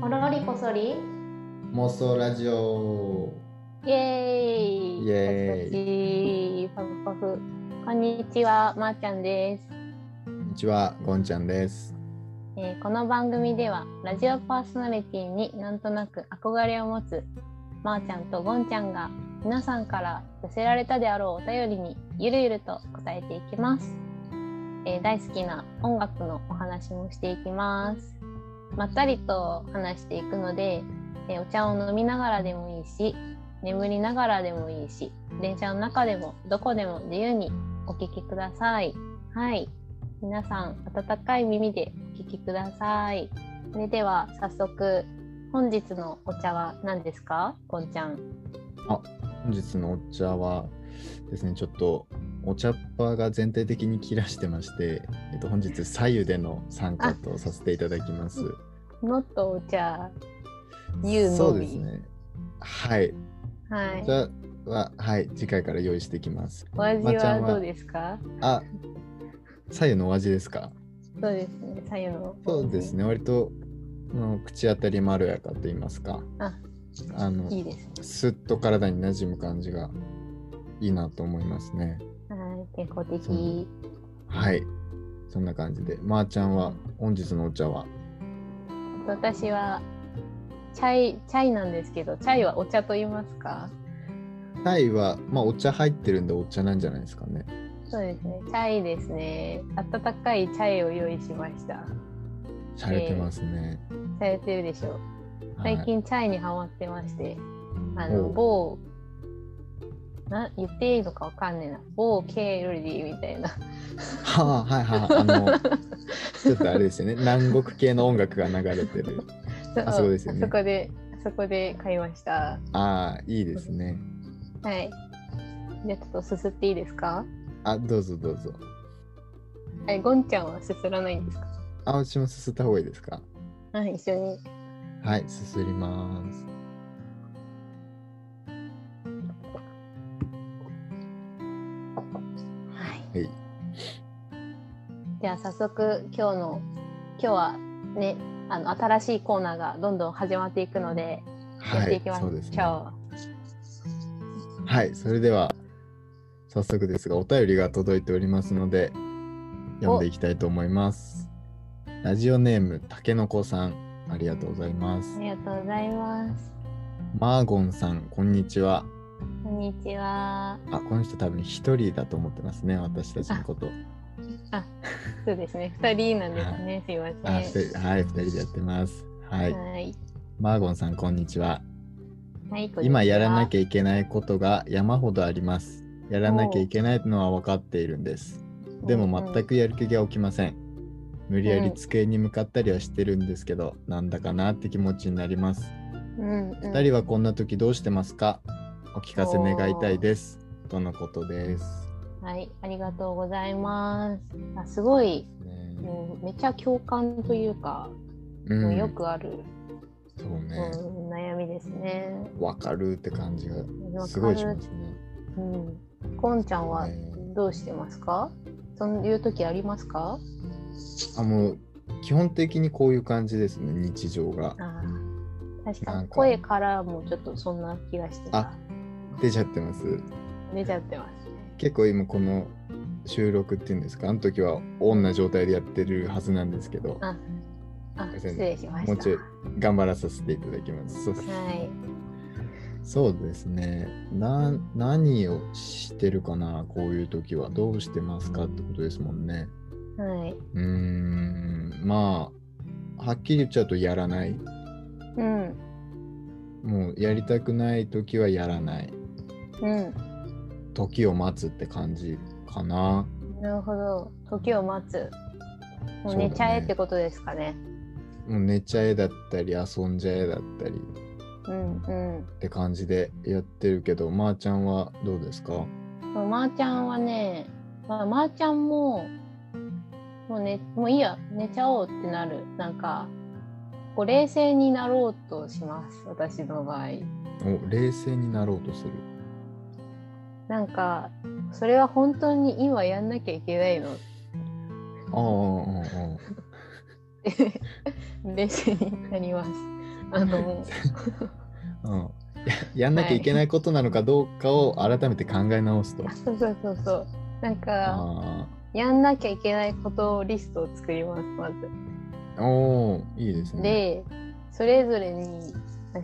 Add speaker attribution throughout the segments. Speaker 1: そり
Speaker 2: 妄想ラジオ
Speaker 1: イエーイ
Speaker 2: イエ
Speaker 1: ーイパフパフこんにちはまー、ちゃんです、
Speaker 2: こんにちはゴンちゃんです
Speaker 1: えーこの番組ではラジオパーソナリティになんとなく憧れを持つまー、ちゃんとごんちゃんが皆さんから寄せられたであろうお便りにゆるゆると答えていきます、えー大好きな音楽のお話もしていきますまったりと話していくので、えーお茶を飲みながらでもいいし眠りながらでもいいし電車の中でもどこでも自由にお聞きくださいはい皆さん温かい耳でお聞きくださいそれでは早速本日のお茶は何ですかこんちゃん
Speaker 2: 本日のお茶はですねちょっとお茶っ葉が全体的に切らしてまして、えっと、本日左右での参加とさせていただきます
Speaker 1: もっとお茶 You
Speaker 2: そうですねはい、
Speaker 1: はい
Speaker 2: お茶ははい次回から用意してきます
Speaker 1: お味
Speaker 2: まーちゃ
Speaker 1: は
Speaker 2: んは
Speaker 1: どうですか
Speaker 2: あ左右のお味ですか
Speaker 1: そうですね左右の
Speaker 2: そうですね割とうん口当たりまろやかと言いますか
Speaker 1: あ
Speaker 2: あの
Speaker 1: いいですね
Speaker 2: すっと体に馴染む感じがいいなと思いますね。
Speaker 1: はい健康的
Speaker 2: そうはい。そんな感じで、まー、ちゃんは本日のお茶は
Speaker 1: 私はチャイチャイなんですけどチャイはお茶と言いますか
Speaker 2: タイは、まあ、お茶入ってるんでお茶なんじゃないですかね。
Speaker 1: そうですね、チャイですね。温かいチャイを用意しました。
Speaker 2: 洒落てますね。
Speaker 1: されてるでしょう。
Speaker 2: はい
Speaker 1: 最近チャイにハマってまして、あの
Speaker 2: おう
Speaker 1: 某な言っていいのかわかんねえな、某 K ルディみたいな。
Speaker 2: はあ、はいはい。あの、 ちょっとあれですよね。南国系の音楽が流れてる。あそこですよね
Speaker 1: あそこで、あそこで買いました。
Speaker 2: ああ、いいですね。
Speaker 1: はい。じゃあちょっとすすっていいですか？
Speaker 2: あ、どうぞどうぞ。
Speaker 1: え、ゴンちゃんはすすらないんですか？
Speaker 2: あ、おちもすすった方がいいですか
Speaker 1: はい、一緒に。
Speaker 2: はい、すすります。
Speaker 1: はい。
Speaker 2: はい。
Speaker 1: じゃあ早速今日の今日はねあの新しいコーナーがどんどん始まっていくのでやっ
Speaker 2: は
Speaker 1: てい
Speaker 2: い
Speaker 1: きま、しょ
Speaker 2: そう
Speaker 1: う。
Speaker 2: ですね。はい、それでは早速ですがお便りが届いておりますので読んでいきたいと思います。ラジオネームたけのこさんありがとうございま
Speaker 1: あ
Speaker 2: す。
Speaker 1: りがとうございます。
Speaker 2: マーゴンさんこんにちは。
Speaker 1: こんにちは。
Speaker 2: あこの人多分一人だと思ってますね私たちのこと。
Speaker 1: そうですね。二人なんですね。すいま
Speaker 2: あ
Speaker 1: せ
Speaker 2: してはい二人でやってます。はい、
Speaker 1: ん。はい。
Speaker 2: マーゴンさんこんにちは。
Speaker 1: はい。
Speaker 2: 今やらなき
Speaker 1: ゃ。
Speaker 2: ゃいけないことが山ほどあります。やらなきゃいけないのは分かっているんです。でも全
Speaker 1: く。
Speaker 2: くやる気が起きません。無理やり机に向かったりはしてるんですけど、なんだかなって気持ちになります。
Speaker 1: うん、うん。
Speaker 2: 二人はこんな時どうしてますかお聞かせ願いたいです。とのことです。
Speaker 1: はい。ありがとうございます。あ、すごい。
Speaker 2: ね
Speaker 1: もうめちゃ共感というか、
Speaker 2: うん、
Speaker 1: もうよくある、
Speaker 2: そう
Speaker 1: う
Speaker 2: ね。
Speaker 1: ん、悩みですね。
Speaker 2: わかるって感じがすごいしますね。
Speaker 1: うん、こんちゃんは
Speaker 2: ね
Speaker 1: どうしてますか？そういう時ありますか？
Speaker 2: あもう基本的にこういう感じですね、日常が。
Speaker 1: あー確か
Speaker 2: なん
Speaker 1: に
Speaker 2: か
Speaker 1: 声からもちょっとそんな気がしてた
Speaker 2: あ。出ちゃってます。
Speaker 1: 出ちゃってますね。
Speaker 2: 結構今この収録っていうんですか、あの時はオンな状態でやってるはずなんですけど、
Speaker 1: あ、あ
Speaker 2: 先生
Speaker 1: 失礼しました。
Speaker 2: もうちょい頑張らさせていただきます。そう
Speaker 1: はい。
Speaker 2: そうですね。な何をしてるかな、こういう時は。どうしてますかってことですもんね。
Speaker 1: はい。
Speaker 2: うーん、まあ、はっきり言っちゃうとやらない。
Speaker 1: うん。
Speaker 2: もうやりたくない時はやらない。
Speaker 1: うん。
Speaker 2: 時を待つって感じかな。
Speaker 1: なるほど。時を待つ。もう
Speaker 2: そうだね
Speaker 1: 寝ちゃえってことですかね。
Speaker 2: もう寝ちゃえだったり、遊んじゃえだったり
Speaker 1: うんうん。
Speaker 2: って感じでやってるけど、まー、ちゃんはどうですか
Speaker 1: まあまーちゃんはね、まあ、まーちゃんも、もう,、ね、もういいや、寝ちゃおうってなる。なんか、こう冷静になろうとします、私の場合。
Speaker 2: お冷静になろうとする。
Speaker 1: なんか、それは本当に今やんなきゃいけないのっ
Speaker 2: ああああああ、
Speaker 1: て冷静になります。あの
Speaker 2: うん、や やんなきゃいけないことなのかどうかを改めて考え直すと。
Speaker 1: あそうそうそうそうなんか
Speaker 2: あ
Speaker 1: やんなきゃいけないことリストを作りますまず。
Speaker 2: あおーいいですね。
Speaker 1: でそれぞれに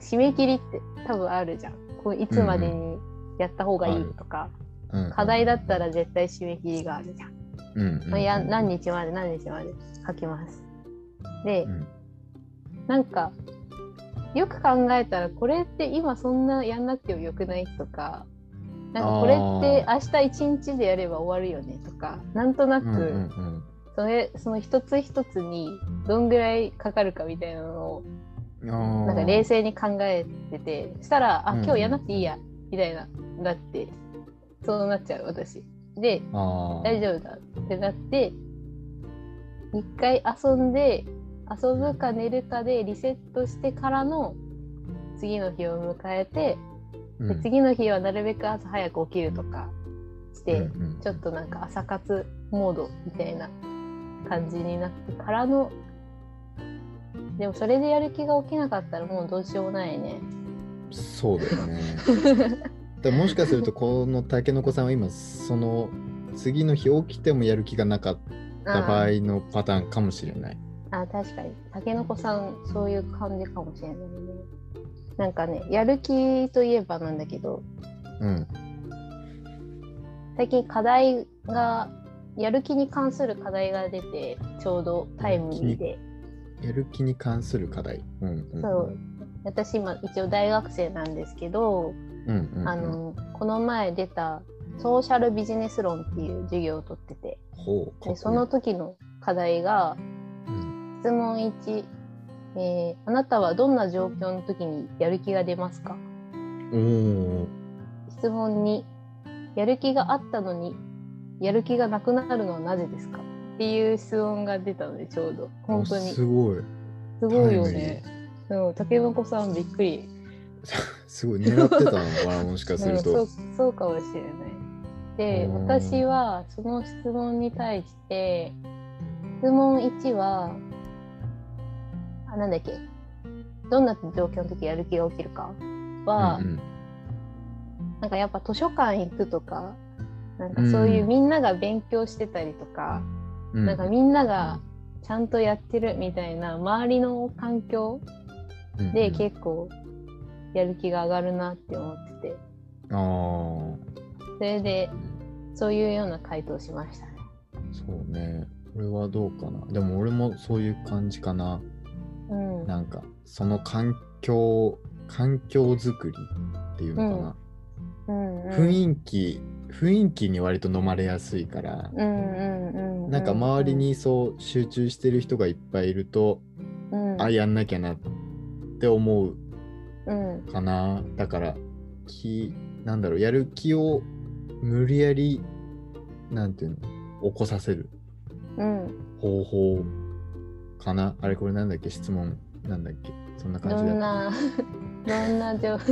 Speaker 1: 締め切りって多分あるじゃんこういつまでにやった方がいいとか、
Speaker 2: うん
Speaker 1: 課題だったら絶対締め切りがあるじゃん、
Speaker 2: うんうんうん
Speaker 1: いや何日まで何日まで書きますで、
Speaker 2: うん
Speaker 1: なんかよく考えたらこれって今そんなやんなくてもよくないとかなんかこれって明日一日でやれば終わるよねとかなんとなく、
Speaker 2: うんうんうん
Speaker 1: それその一つ一つにどんぐらいかかるかみたいなのを
Speaker 2: な
Speaker 1: なんか冷静に考えててしたらあ
Speaker 2: うん
Speaker 1: 今日やんなくていいやみたいなだってそうなっちゃう私で大丈夫だってなって一回遊んで遊ぶか寝るかでリセットしてからの次の日を迎えて、
Speaker 2: 夫
Speaker 1: で次の日はなるべく朝早く起きるとかして、ちょっと
Speaker 2: と
Speaker 1: なんか朝活モードみたいな感じになってからのでもそれでやる気が起きなかったらもうどうしようもない ね。
Speaker 2: そうだよね。だからもしかするとこのたけのこさんは今その次の日起きてもやる気がなかった場合のパターンかもしれない。
Speaker 1: あー確かにたけのこさんそういう感じかもしれないね。なんかねやる気といえばなんだけど
Speaker 2: うん。
Speaker 1: 最近課題がやる気に関する課題が出てちょうどタイムリーで
Speaker 2: やる気に関する課題。うんうんん
Speaker 1: そう。私今一応大学生なんですけど、
Speaker 2: うんうんうん
Speaker 1: あのこの前出たソーシャルビジネス論っていう授業を取ってて
Speaker 2: ほうかっこい
Speaker 1: で
Speaker 2: い
Speaker 1: その時の課題が
Speaker 2: うん
Speaker 1: 質問1、えーあなたはどんな状況の時にやる気が出ますか
Speaker 2: おー
Speaker 1: 質問2やる気があったのにやる気がなくなるのはなぜですかっていう質問が出たのでちょうど本当
Speaker 2: あ
Speaker 1: にす
Speaker 2: すごい。
Speaker 1: ごいよね。うん、竹の子さんびっくり、
Speaker 2: すごい狙ってたのかなもしかす
Speaker 1: うん、
Speaker 2: る
Speaker 1: そう
Speaker 2: と。
Speaker 1: そうかもしれない。で
Speaker 2: うん
Speaker 1: 私はその質問に対して質問1はあなんだっけどんな状況の時やる気が起きるかは、
Speaker 2: うんうん
Speaker 1: なんかやっぱ図書館行くとかなんかそういう
Speaker 2: うん
Speaker 1: みんなが勉強してたりとか、
Speaker 2: うん
Speaker 1: なんかみんながちゃんとやってるみたいな周りの環境で
Speaker 2: うんうん
Speaker 1: 結構やる気が上がるなって思ってて
Speaker 2: あ
Speaker 1: それで
Speaker 2: あ、
Speaker 1: そういうような回答しましたね。
Speaker 2: そうね。これはどうかな。でも俺もそういう感じかな。
Speaker 1: うん、
Speaker 2: なんかその環境環境づくりっていうのか
Speaker 1: うん
Speaker 2: な。
Speaker 1: うん
Speaker 2: 雰囲気雰囲気に割と飲まれやすいから。
Speaker 1: うんうんうん
Speaker 2: なんか周り、にそう集中してる人がいっぱいいると、
Speaker 1: うん、
Speaker 2: あやんなきゃなって思う
Speaker 1: うん
Speaker 2: かなだから気なんだろうやる気を無理やりなんていうの起こさせる
Speaker 1: うん、
Speaker 2: 方法かなあれこれなんだっけ質問なんだっけそんな
Speaker 1: ど
Speaker 2: 感じ
Speaker 1: ん
Speaker 2: だ
Speaker 1: な どんな状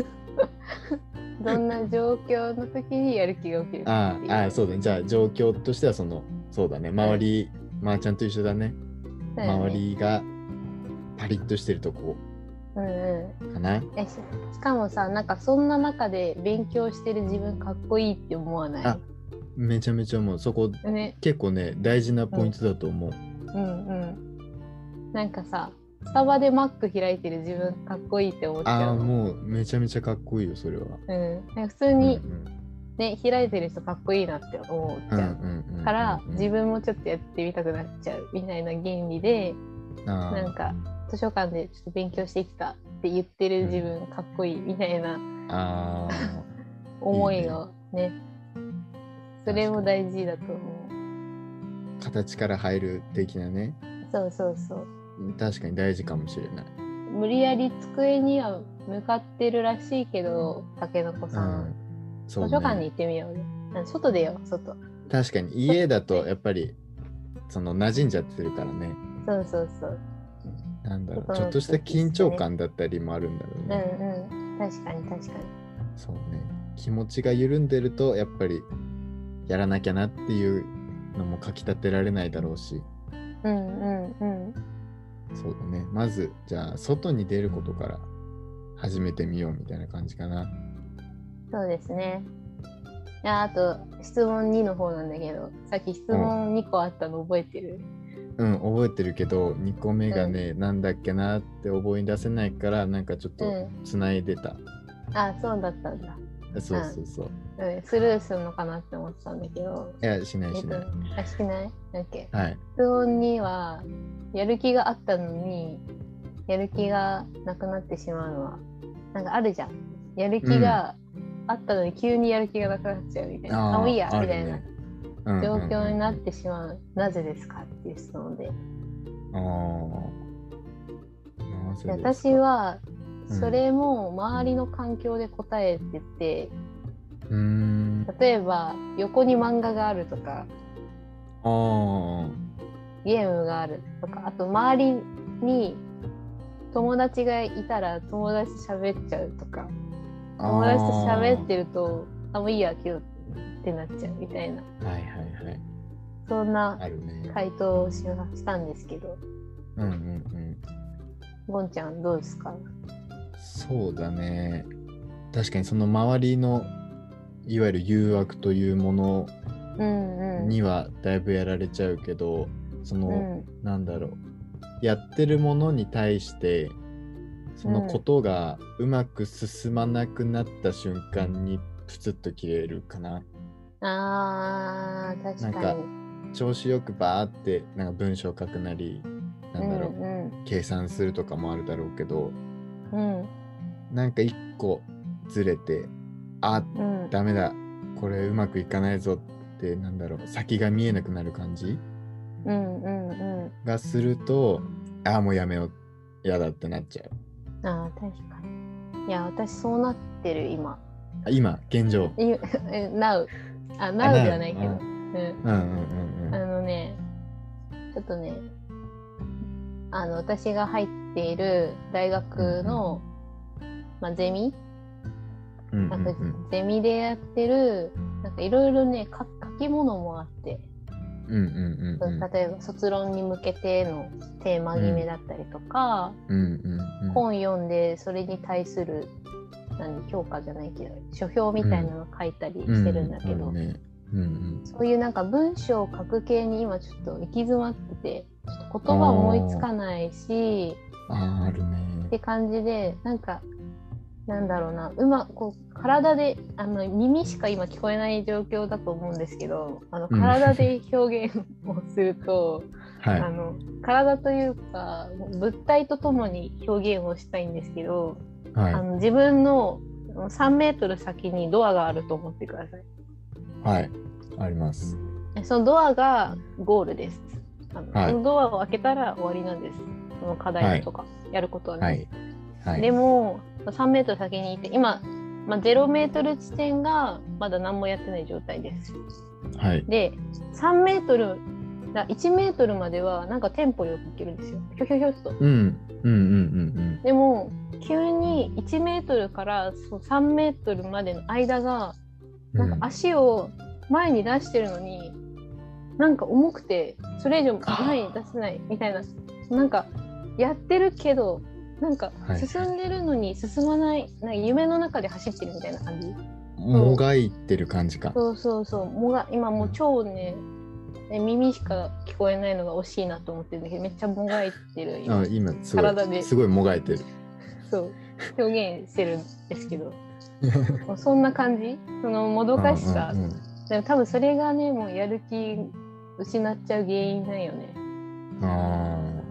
Speaker 1: どんな状況の時にやる気が起きるか
Speaker 2: あ
Speaker 1: ってい
Speaker 2: あああそうだねじゃあ状況としてはそのそうだね周り、まあちゃんと一緒だね
Speaker 1: そうよね
Speaker 2: 周りがパリッとしてるとこ
Speaker 1: うんうん
Speaker 2: かな
Speaker 1: えししかもさなんかそんな中で勉強してる自分かっこいいって思わな
Speaker 2: あめちゃめちゃもうそこ
Speaker 1: いね
Speaker 2: 結構ね大事なポイントだと思う、
Speaker 1: うんうんなんかさスタバでマック開いてる自分かっこいいって思っち
Speaker 2: あ
Speaker 1: ゃ
Speaker 2: あ
Speaker 1: うの
Speaker 2: もうめちゃめちゃかっこいいよそれは、
Speaker 1: うん、なんか普通に
Speaker 2: うんうん
Speaker 1: ね、開いてる人かっこいいなって思っちゃう、から自分もちょっとやってみたくなっちゃうみたいな原理で
Speaker 2: 分
Speaker 1: なんか図書館でちょっと勉強してきたって言ってる自分かっこいいみたいな
Speaker 2: あー
Speaker 1: 思いがねそれも大事だと思う
Speaker 2: 形から入る的なね
Speaker 1: そうそうそう
Speaker 2: 確かに大事かもしれない、
Speaker 1: 無理やり机には向かってるらしいけどたけのこ
Speaker 2: う
Speaker 1: さん、
Speaker 2: ん、そう
Speaker 1: 図
Speaker 2: ね
Speaker 1: 書館に行ってみようよあ外でよ外
Speaker 2: 確かに家だとやっぱりその馴染んじゃってるからね
Speaker 1: そうそうそう
Speaker 2: なんだろ
Speaker 1: そう
Speaker 2: うちょっとした緊張感だったりもあるんだろう
Speaker 1: うん
Speaker 2: ね、
Speaker 1: うん確かに確かに
Speaker 2: そうね気持ちが緩んでるとやっぱりやらなきゃなっていうのもかきたてられないだろうし
Speaker 1: うんうんうん
Speaker 2: そうだね。まず、じゃあ、外に出ることから始めてみようみたいな感じかな。
Speaker 1: そうですね。いやあと質問2の方なんだけどさっき質問2個あったの覚えてる、
Speaker 2: うん、覚えてるけど、2個目がね、なんだっけなって思い出せないから、なんかちょっ
Speaker 1: う
Speaker 2: とつないでた。
Speaker 1: ん、あそうだったんだ、
Speaker 2: そうそうそう。
Speaker 1: うん、スルーするのかなって思ってたんだけど
Speaker 2: いや、しない
Speaker 1: えっ
Speaker 2: し
Speaker 1: と
Speaker 2: ない。
Speaker 1: あしないだっけ
Speaker 2: はい。
Speaker 1: 質問2はやる気があったのにやる気がなくなってしまうのはなんかあるじゃんやる気があったのに急にやる気がなくなっちゃうみたいな、あもういいや
Speaker 2: あ
Speaker 1: み
Speaker 2: る
Speaker 1: たいな
Speaker 2: ねうんうん
Speaker 1: 状
Speaker 2: うん
Speaker 1: 況になってしまう、なぜですかっていう質問で
Speaker 2: あーなぜ
Speaker 1: で
Speaker 2: ですか
Speaker 1: 私は
Speaker 2: うん
Speaker 1: それも周りの環境で答えてて、
Speaker 2: うーん
Speaker 1: 例えば横に漫画があるとか
Speaker 2: あー
Speaker 1: ゲームがあるとかあと周りに友達がいたら友達と喋っちゃうとか
Speaker 2: あー
Speaker 1: 友達と喋ってるとあもういいや今日ってなっちゃうみたいな
Speaker 2: はいはいはい
Speaker 1: そんな
Speaker 2: あるね
Speaker 1: 回答をしましたんですけど
Speaker 2: うんうんうん
Speaker 1: ゴンちゃんどうですか
Speaker 2: そうだね確かにその周りのいわゆる誘惑というもの
Speaker 1: うんうん
Speaker 2: にはだいぶやられちゃうけどその、
Speaker 1: うん
Speaker 2: なんだろうやってるものに対してそのことがうまく進まなくなった瞬間にプツッと切れるかな
Speaker 1: あー確
Speaker 2: な
Speaker 1: か
Speaker 2: ん
Speaker 1: に
Speaker 2: か調子よくバーってなんか文章書くなりなんだろう、
Speaker 1: うん
Speaker 2: 計算するとかもあるだろうけど
Speaker 1: うん
Speaker 2: なんか一個ずれてあ
Speaker 1: うんうん
Speaker 2: ダメだこれうまくいかないぞってなんだろう先が見えなくなる感じ
Speaker 1: うんうんう
Speaker 2: がするとああもうやめようやだってなっちゃうん
Speaker 1: あー確かにいや私そうなってる今
Speaker 2: あ今現状
Speaker 1: いえ Now あ Now ではないけど、
Speaker 2: Now
Speaker 1: うん
Speaker 2: うんうんうん
Speaker 1: あ
Speaker 2: うん
Speaker 1: のね、ちょっとね、あの、私が入っている大学の、まあ、ゼミ
Speaker 2: うん
Speaker 1: な
Speaker 2: うんんう
Speaker 1: か
Speaker 2: ん
Speaker 1: ゼミでやってる、なんかいろいろね、か書き物もあって、
Speaker 2: うんうんうんうん
Speaker 1: 例えば卒論に向けてのテーマ決めだったりとか、
Speaker 2: うんうんうん
Speaker 1: 本読んでそれに対する、何、評価じゃないけど、書評みたいなの書いたりしてるんだけど、
Speaker 2: うんあるねうんうん
Speaker 1: そういうなんか文章を書く系に今ちょっと行き詰まっててちょっと言葉思いつかないし
Speaker 2: あーあるね
Speaker 1: って感じでなんかなんだろうなうまこう体であの耳しか今聞こえない状況だと思うんですけどあの
Speaker 2: うん
Speaker 1: 体で表現をすると、
Speaker 2: はい
Speaker 1: あの体というかもう物体とともに表現をしたいんですけど、
Speaker 2: はい
Speaker 1: あの自分の3メートル先にドアがあると思ってください。
Speaker 2: はい、あります。
Speaker 1: そのドアがゴールです。あの
Speaker 2: はい
Speaker 1: そのドアを開けたら終わりなんです。その課題とかやることは
Speaker 2: は
Speaker 1: ね。
Speaker 2: い。はい。
Speaker 1: でも3メートル先にいて今、まあ、0メートル地点がまだ何もやってない状態です。
Speaker 2: はい。
Speaker 1: で3メートルだ1メートルまではなんかテンポよく行けるんですよ。ひょひょひょっと。
Speaker 2: うん、うん、うん、
Speaker 1: でも急に1メートルからそう3メートルまでの間が
Speaker 2: うん、う
Speaker 1: なんか足を前に出してるのに、なんか重くてそれ以上前に出せないみたいななんかやってるけどなんか
Speaker 2: はい
Speaker 1: 進んでるのに進まない、なんか夢の中で走ってるみたいな感じ
Speaker 2: もがいてる感じか。
Speaker 1: そうそうそうもが今もう超ねね耳しか聞こえないのが惜しいなと思ってるんだけどめっちゃもがいてる今
Speaker 2: あ、今すご
Speaker 1: 体で
Speaker 2: い、すごいもがいてる。
Speaker 1: そう表現してるんですけ どもうそんな感じそのもどかしさ、
Speaker 2: うんうん
Speaker 1: でも多分それがねもうやる気失っちゃう原因なんよね。
Speaker 2: うんあ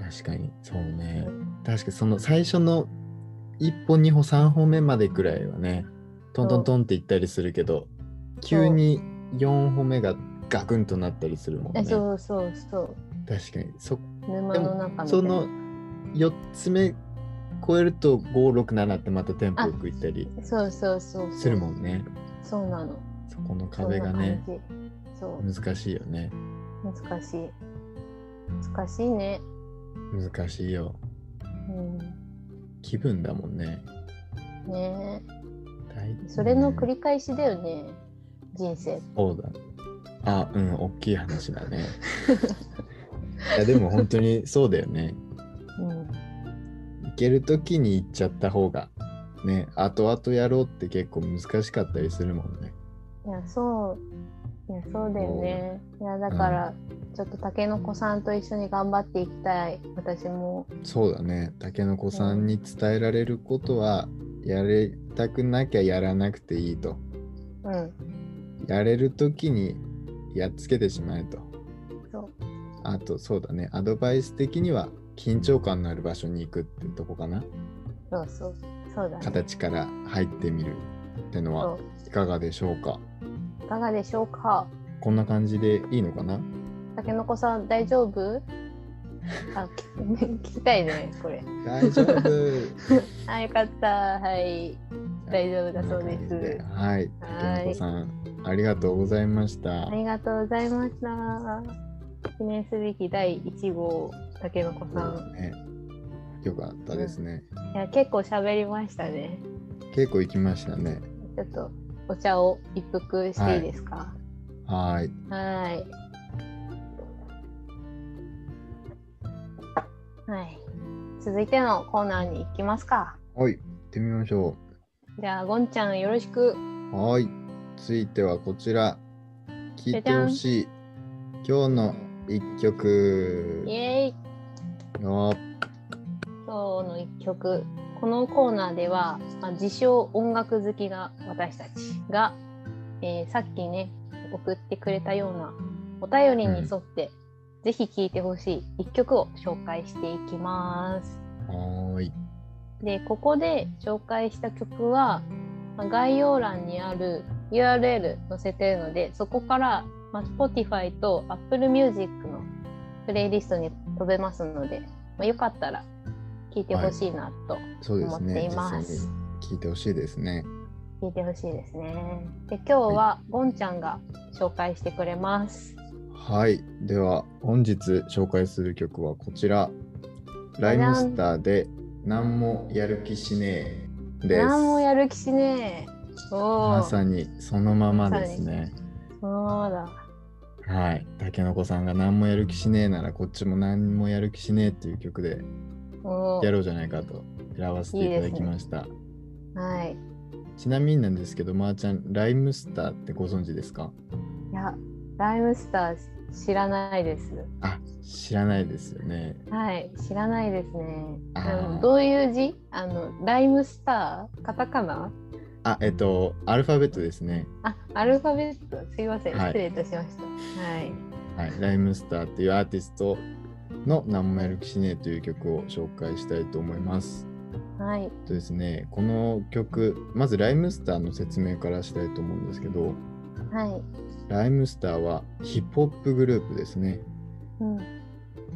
Speaker 2: あ、確かに、そうね。確かに、その最初の一歩、二歩、三歩目までくらいはね、トントントンって行ったりするけど、急に四歩目がガクンとなったりするもん
Speaker 1: え
Speaker 2: ね。
Speaker 1: そうそうそう
Speaker 2: 確かに。そ
Speaker 1: 沼
Speaker 2: で
Speaker 1: の
Speaker 2: も
Speaker 1: 中みたいな
Speaker 2: その4つ目超えると567ってまたテンポよくいったり
Speaker 1: そうそうそう
Speaker 2: するもんね。
Speaker 1: そうなの
Speaker 2: そこの壁がね、
Speaker 1: そんな感じそ
Speaker 2: 難しいよね。
Speaker 1: う難しい難しいね
Speaker 2: 難しいよ。
Speaker 1: うん
Speaker 2: 気分だもんね。
Speaker 1: ね
Speaker 2: 大
Speaker 1: えそれの繰
Speaker 2: り
Speaker 1: り返しだよね人生
Speaker 2: そうだ。 あ、うん、大きい話だね。いやでも本当にそうだよね。けるときに行っちゃった方が、ね、後々やろうって結構難しかったりするもんね。
Speaker 1: いやそういやそうだよね。いやだから、ちょっとたけのこさんと一緒に頑張っていきたい私も。
Speaker 2: そうだね。たけのこさんに伝えられることは、やりたくなきゃやらなくていいと。
Speaker 1: うん
Speaker 2: やれるときにやっつけてしまえと。
Speaker 1: そう
Speaker 2: あと、そうだね。アドバイス的には、緊張感のある場所に行くってとこかな。
Speaker 1: そうそうそうだね。
Speaker 2: 形から入ってみるっての
Speaker 1: そ
Speaker 2: は
Speaker 1: う
Speaker 2: いかがでしょうか
Speaker 1: いかがでしょうか。
Speaker 2: こんな感じでいいのかな
Speaker 1: たけのこさん大丈 夫？あき聞きたいねこれ。
Speaker 2: 大丈 夫
Speaker 1: あよかったはい大丈夫だそうで
Speaker 2: こん
Speaker 1: す。
Speaker 2: な感じはい、
Speaker 1: は
Speaker 2: 竹
Speaker 1: い
Speaker 2: 本さんありがとうございました
Speaker 1: あ。りがとうございました。記念すべき第1号たけのこさん。
Speaker 2: ね、よかったですね。
Speaker 1: いや結構喋りましたね。
Speaker 2: 結構行きましたね。
Speaker 1: ちょっとお茶を一服していいですか。
Speaker 2: はい。
Speaker 1: はい。はい。続いてのコーナーに行きますか。
Speaker 2: はい、行ってみましょ
Speaker 1: じゃあゴンちゃんよろしく。
Speaker 2: う。はい。ついてはこちら。聞いてほしい。今日の一曲
Speaker 1: イ。エーイ。
Speaker 2: よ
Speaker 1: 今日の一曲このコーナーでは、まあ、自称音楽好きな私たちが、えーさっきね送ってくれたようなお便りに沿って、ぜひ聴いてほしい一曲を紹介していきます。
Speaker 2: はーい。
Speaker 1: でここで紹介した曲はまあ概要欄にある URL 載せてるのでそこから、まあ、Spotify と Apple Music のプレイリストに飛べますので、まあ、よかったら聴いてほしいなと
Speaker 2: そうです
Speaker 1: 思って
Speaker 2: ね。
Speaker 1: い
Speaker 2: 実
Speaker 1: ま
Speaker 2: 際
Speaker 1: す
Speaker 2: に聞いてほしいですね。
Speaker 1: 聴いてほしいですね。で今日はゴンちゃんが紹介してくれます。
Speaker 2: はい。では、本日紹介する曲はこちら。ライムスターで、なんもやる気しねえです。
Speaker 1: 何もやる気しねえ。お
Speaker 2: ま
Speaker 1: ー
Speaker 2: さにそのままですね。
Speaker 1: そのままだ。
Speaker 2: はい。たけのこさんが何もやる気しねえなら、こっちも何もやる気しねえっていう曲で
Speaker 1: お
Speaker 2: や
Speaker 1: ー
Speaker 2: ろうじゃないかと選ばせていただきました。
Speaker 1: はい。
Speaker 2: ちなみになんですけど、まー、ちゃん、ライムスターってご存知ですか
Speaker 1: いや、ライムスター知らないです。
Speaker 2: あ、知らないですよね。
Speaker 1: はい、知らないですね。
Speaker 2: あ
Speaker 1: あ
Speaker 2: ー
Speaker 1: のどういう字？あのライムスター、カタカナ？
Speaker 2: あ、えっと、アルファベットですね。
Speaker 1: あ、アルファベット。すいません、
Speaker 2: はい
Speaker 1: 失礼いたしました。はい。
Speaker 2: はい、ライムスターっていうアーティストの「何もやる気しねえ」という曲を紹介したいと思います。
Speaker 1: はい。
Speaker 2: えっとですね、この曲まずライムスターの説明からしたいと思うんですけど
Speaker 1: はい。
Speaker 2: ライムスターはヒップホップグループですね。
Speaker 1: うん。
Speaker 2: え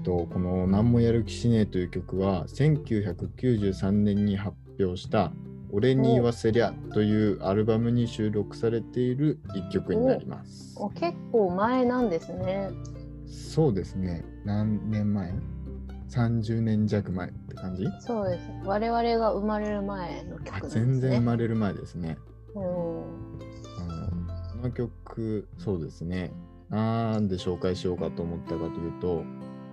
Speaker 2: っとこの「何もやる気しねえ」という曲は1993年に発表した「俺に言わせりゃ」というアルバムに収録されている一曲になります。
Speaker 1: お結構前なんですね。
Speaker 2: そうですね。何年前 ?30 年弱前って感じ
Speaker 1: そうです。我々が生まれる前の曲なん
Speaker 2: あ
Speaker 1: ですね。
Speaker 2: 全然生まれる前ですね。
Speaker 1: うん
Speaker 2: うんこの曲、そうですね。なんで紹介しようかと思ったかというと、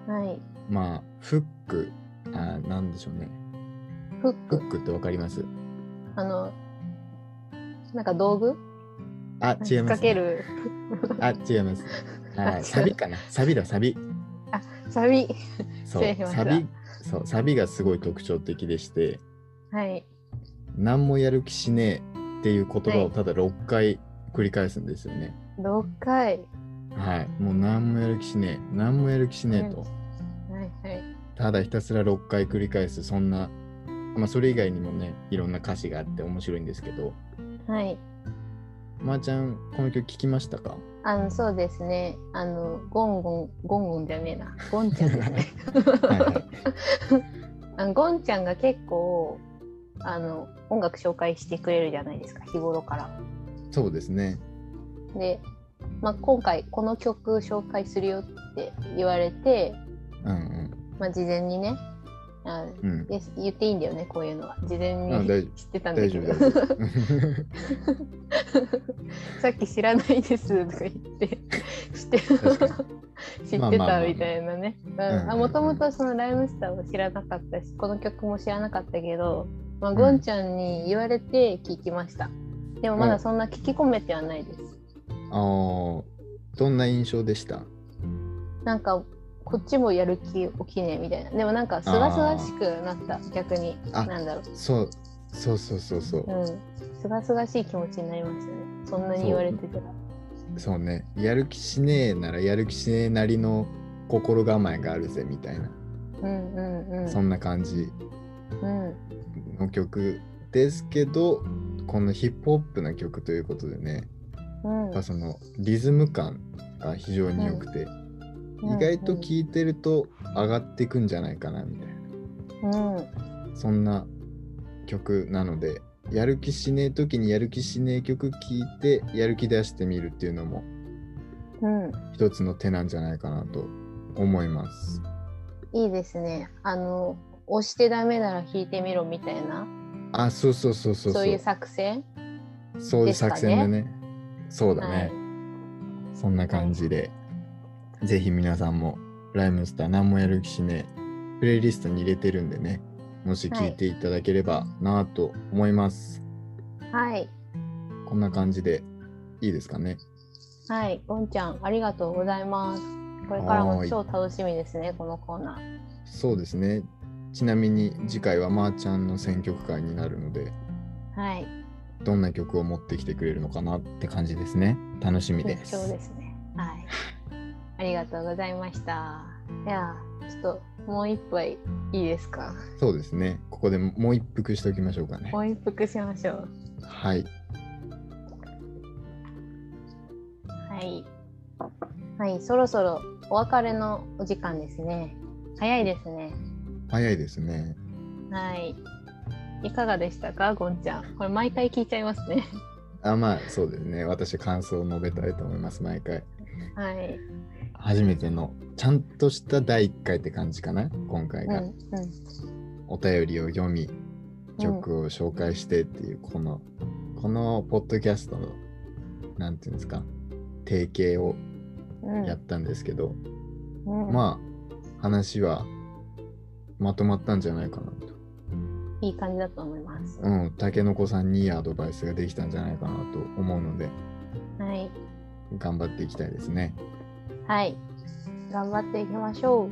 Speaker 1: はい。
Speaker 2: まあ、フック、あなんでしょうね。
Speaker 1: フッ
Speaker 2: フ
Speaker 1: ク。
Speaker 2: ックってわかります
Speaker 1: あのなんか道具？
Speaker 2: あ、違い
Speaker 1: 引っ
Speaker 2: ま
Speaker 1: 掛
Speaker 2: す、
Speaker 1: け
Speaker 2: ね。
Speaker 1: る。
Speaker 2: あ、違います。
Speaker 1: あ違
Speaker 2: あ
Speaker 1: う
Speaker 2: サビかな。サビだ、サビ。
Speaker 1: サビ。失
Speaker 2: そ
Speaker 1: 礼
Speaker 2: う
Speaker 1: し、ました
Speaker 2: サビ、そう、サビがすごい特徴的でして、
Speaker 1: はい。
Speaker 2: 何もやる気しねえっていう言葉をただ6回繰り返すんですよね。
Speaker 1: 六回。
Speaker 2: はい、もう何もやる気しねえ、何もやる気しねえと、
Speaker 1: はいはい。
Speaker 2: ただひたすら6回繰り返す、そんな、まあ、それ以外にもね、いろんな歌詞があって面白いんですけど、
Speaker 1: はい。
Speaker 2: まー、ちゃん、この曲聞きました か
Speaker 1: あのそうですね。あのゴンゴンゴンゴンじゃねえな。ゴンちゃんですね。
Speaker 2: はいはい。
Speaker 1: あのゴンちゃんが結構あの音楽紹介してくれるじゃないですか日頃から。
Speaker 2: そうですね。
Speaker 1: で、まあ、今回この曲紹介するよって言われて、
Speaker 2: うん
Speaker 1: まあ、事前にねあ
Speaker 2: うん。うん。
Speaker 1: で言っていいんだよねこういうのは事前
Speaker 2: あ
Speaker 1: に
Speaker 2: 大丈夫
Speaker 1: 知ってたんだ
Speaker 2: 大
Speaker 1: け
Speaker 2: 丈
Speaker 1: ど
Speaker 2: 夫、大丈夫。
Speaker 1: さっき知らないですとか言ってして
Speaker 2: 確か
Speaker 1: 知っ
Speaker 2: まあ
Speaker 1: て
Speaker 2: まあま
Speaker 1: た
Speaker 2: あ
Speaker 1: みたいなね
Speaker 2: うんうんうん
Speaker 1: もともとそのライムスターを知らなかったしこの曲も知らなかったけど、まあ、
Speaker 2: ん
Speaker 1: ゴンちゃんに言われて聞きました、でもまだそんな聞き込めてはないです、
Speaker 2: あーどんな印象でした
Speaker 1: なんかこっちもやる気起きねえみたいなでもなんかすがすがしくなった逆に
Speaker 2: あ
Speaker 1: なんだろ
Speaker 2: そうそうそうそうそう
Speaker 1: ううんすがすがしい気持ちになりましたねそんなに言われてたら
Speaker 2: そうねやる気しねえならやる気しねえなりの心構えがあるぜみたいな、
Speaker 1: うんうんうん
Speaker 2: そんな感じ
Speaker 1: うん
Speaker 2: の曲ですけどこのヒップホップな曲ということでね
Speaker 1: うん
Speaker 2: やっぱそのリズム感が非常に良くて、意外と聴いてると上がっていくんじゃないかなみたいな、
Speaker 1: うんうん
Speaker 2: そんな曲なのでやる気しねえ時にやる気しねえ曲聴いてやる気出してみるっていうのも
Speaker 1: うん
Speaker 2: 一つの手なんじゃないかなと思います。
Speaker 1: いいですね。あの押してダメなら弾いてみろみたいな
Speaker 2: あそうそうそう
Speaker 1: そ
Speaker 2: そ
Speaker 1: う
Speaker 2: うそう
Speaker 1: いう作戦。
Speaker 2: そういう作戦だねそうだね、
Speaker 1: はい
Speaker 2: そんな感じで、ぜひ皆さんもライムスター何もやる気しねえプレイリストに入れてるんでねもし聞いていただければなぁと思います、
Speaker 1: はい
Speaker 2: こんな感じでいいですかね
Speaker 1: はい。ゴンちゃんありがとうございます。これからも超楽しみですねこのコーナー。
Speaker 2: そうですねちなみに次回はまーちゃんの選曲会になるので
Speaker 1: はい。
Speaker 2: どんな曲を持ってきてくれるのかなって感じですね楽しみ
Speaker 1: 緊
Speaker 2: です
Speaker 1: 張ですね。はい。ありがとうございました。いやーちょっともう一杯いいですか。
Speaker 2: そうですねここでもう一服しておきましょうかね
Speaker 1: もう一服しましょう。
Speaker 2: はい
Speaker 1: はい。はい。そろそろお別れのお時間ですね。早いですね。
Speaker 2: 早いですね
Speaker 1: はい。いかがでしたか、ゴンちゃん。これ毎回聞いちゃいますね。
Speaker 2: あまあそうですね私感想を述べたいと思います毎回
Speaker 1: はい。
Speaker 2: 初めてのちゃんとした第1回って感じかな今回
Speaker 1: うん
Speaker 2: が、
Speaker 1: う
Speaker 2: お便りを読み
Speaker 1: ん。
Speaker 2: 曲を紹介してっていうこの、このポッドキャストのなんていうんですか提携を
Speaker 1: うん、
Speaker 2: やったんですけど、
Speaker 1: うん、
Speaker 2: まあ話はまとまったんじゃないかなと
Speaker 1: いい感じだと思います。
Speaker 2: うんたけのこさんにいいアドバイスができたんじゃないかなと思うので
Speaker 1: はい。
Speaker 2: 頑張っていきたいですね
Speaker 1: はい。頑張っていきましょ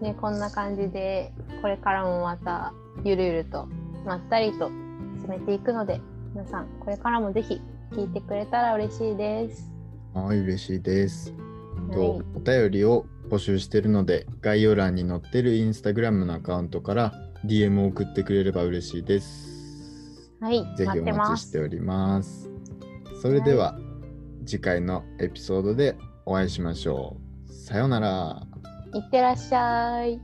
Speaker 1: う。ね、こんな感じで、これからもまたゆるゆると、まったりと進めていくので、皆さん、これからもぜひ聞いてくれたら嬉しいです。
Speaker 2: はい嬉しいですと、
Speaker 1: はい。
Speaker 2: お便りを募集してるので概要欄に載ってるインスタグラムのアカウントから DM を送ってくれれば嬉しいです。
Speaker 1: はい、
Speaker 2: ぜひ
Speaker 1: 待っ
Speaker 2: お
Speaker 1: て
Speaker 2: 待
Speaker 1: ま
Speaker 2: ちし
Speaker 1: す。
Speaker 2: ております。それでは、次回のエピソードでお会いしましょう。さようなら。
Speaker 1: いってらっしゃい。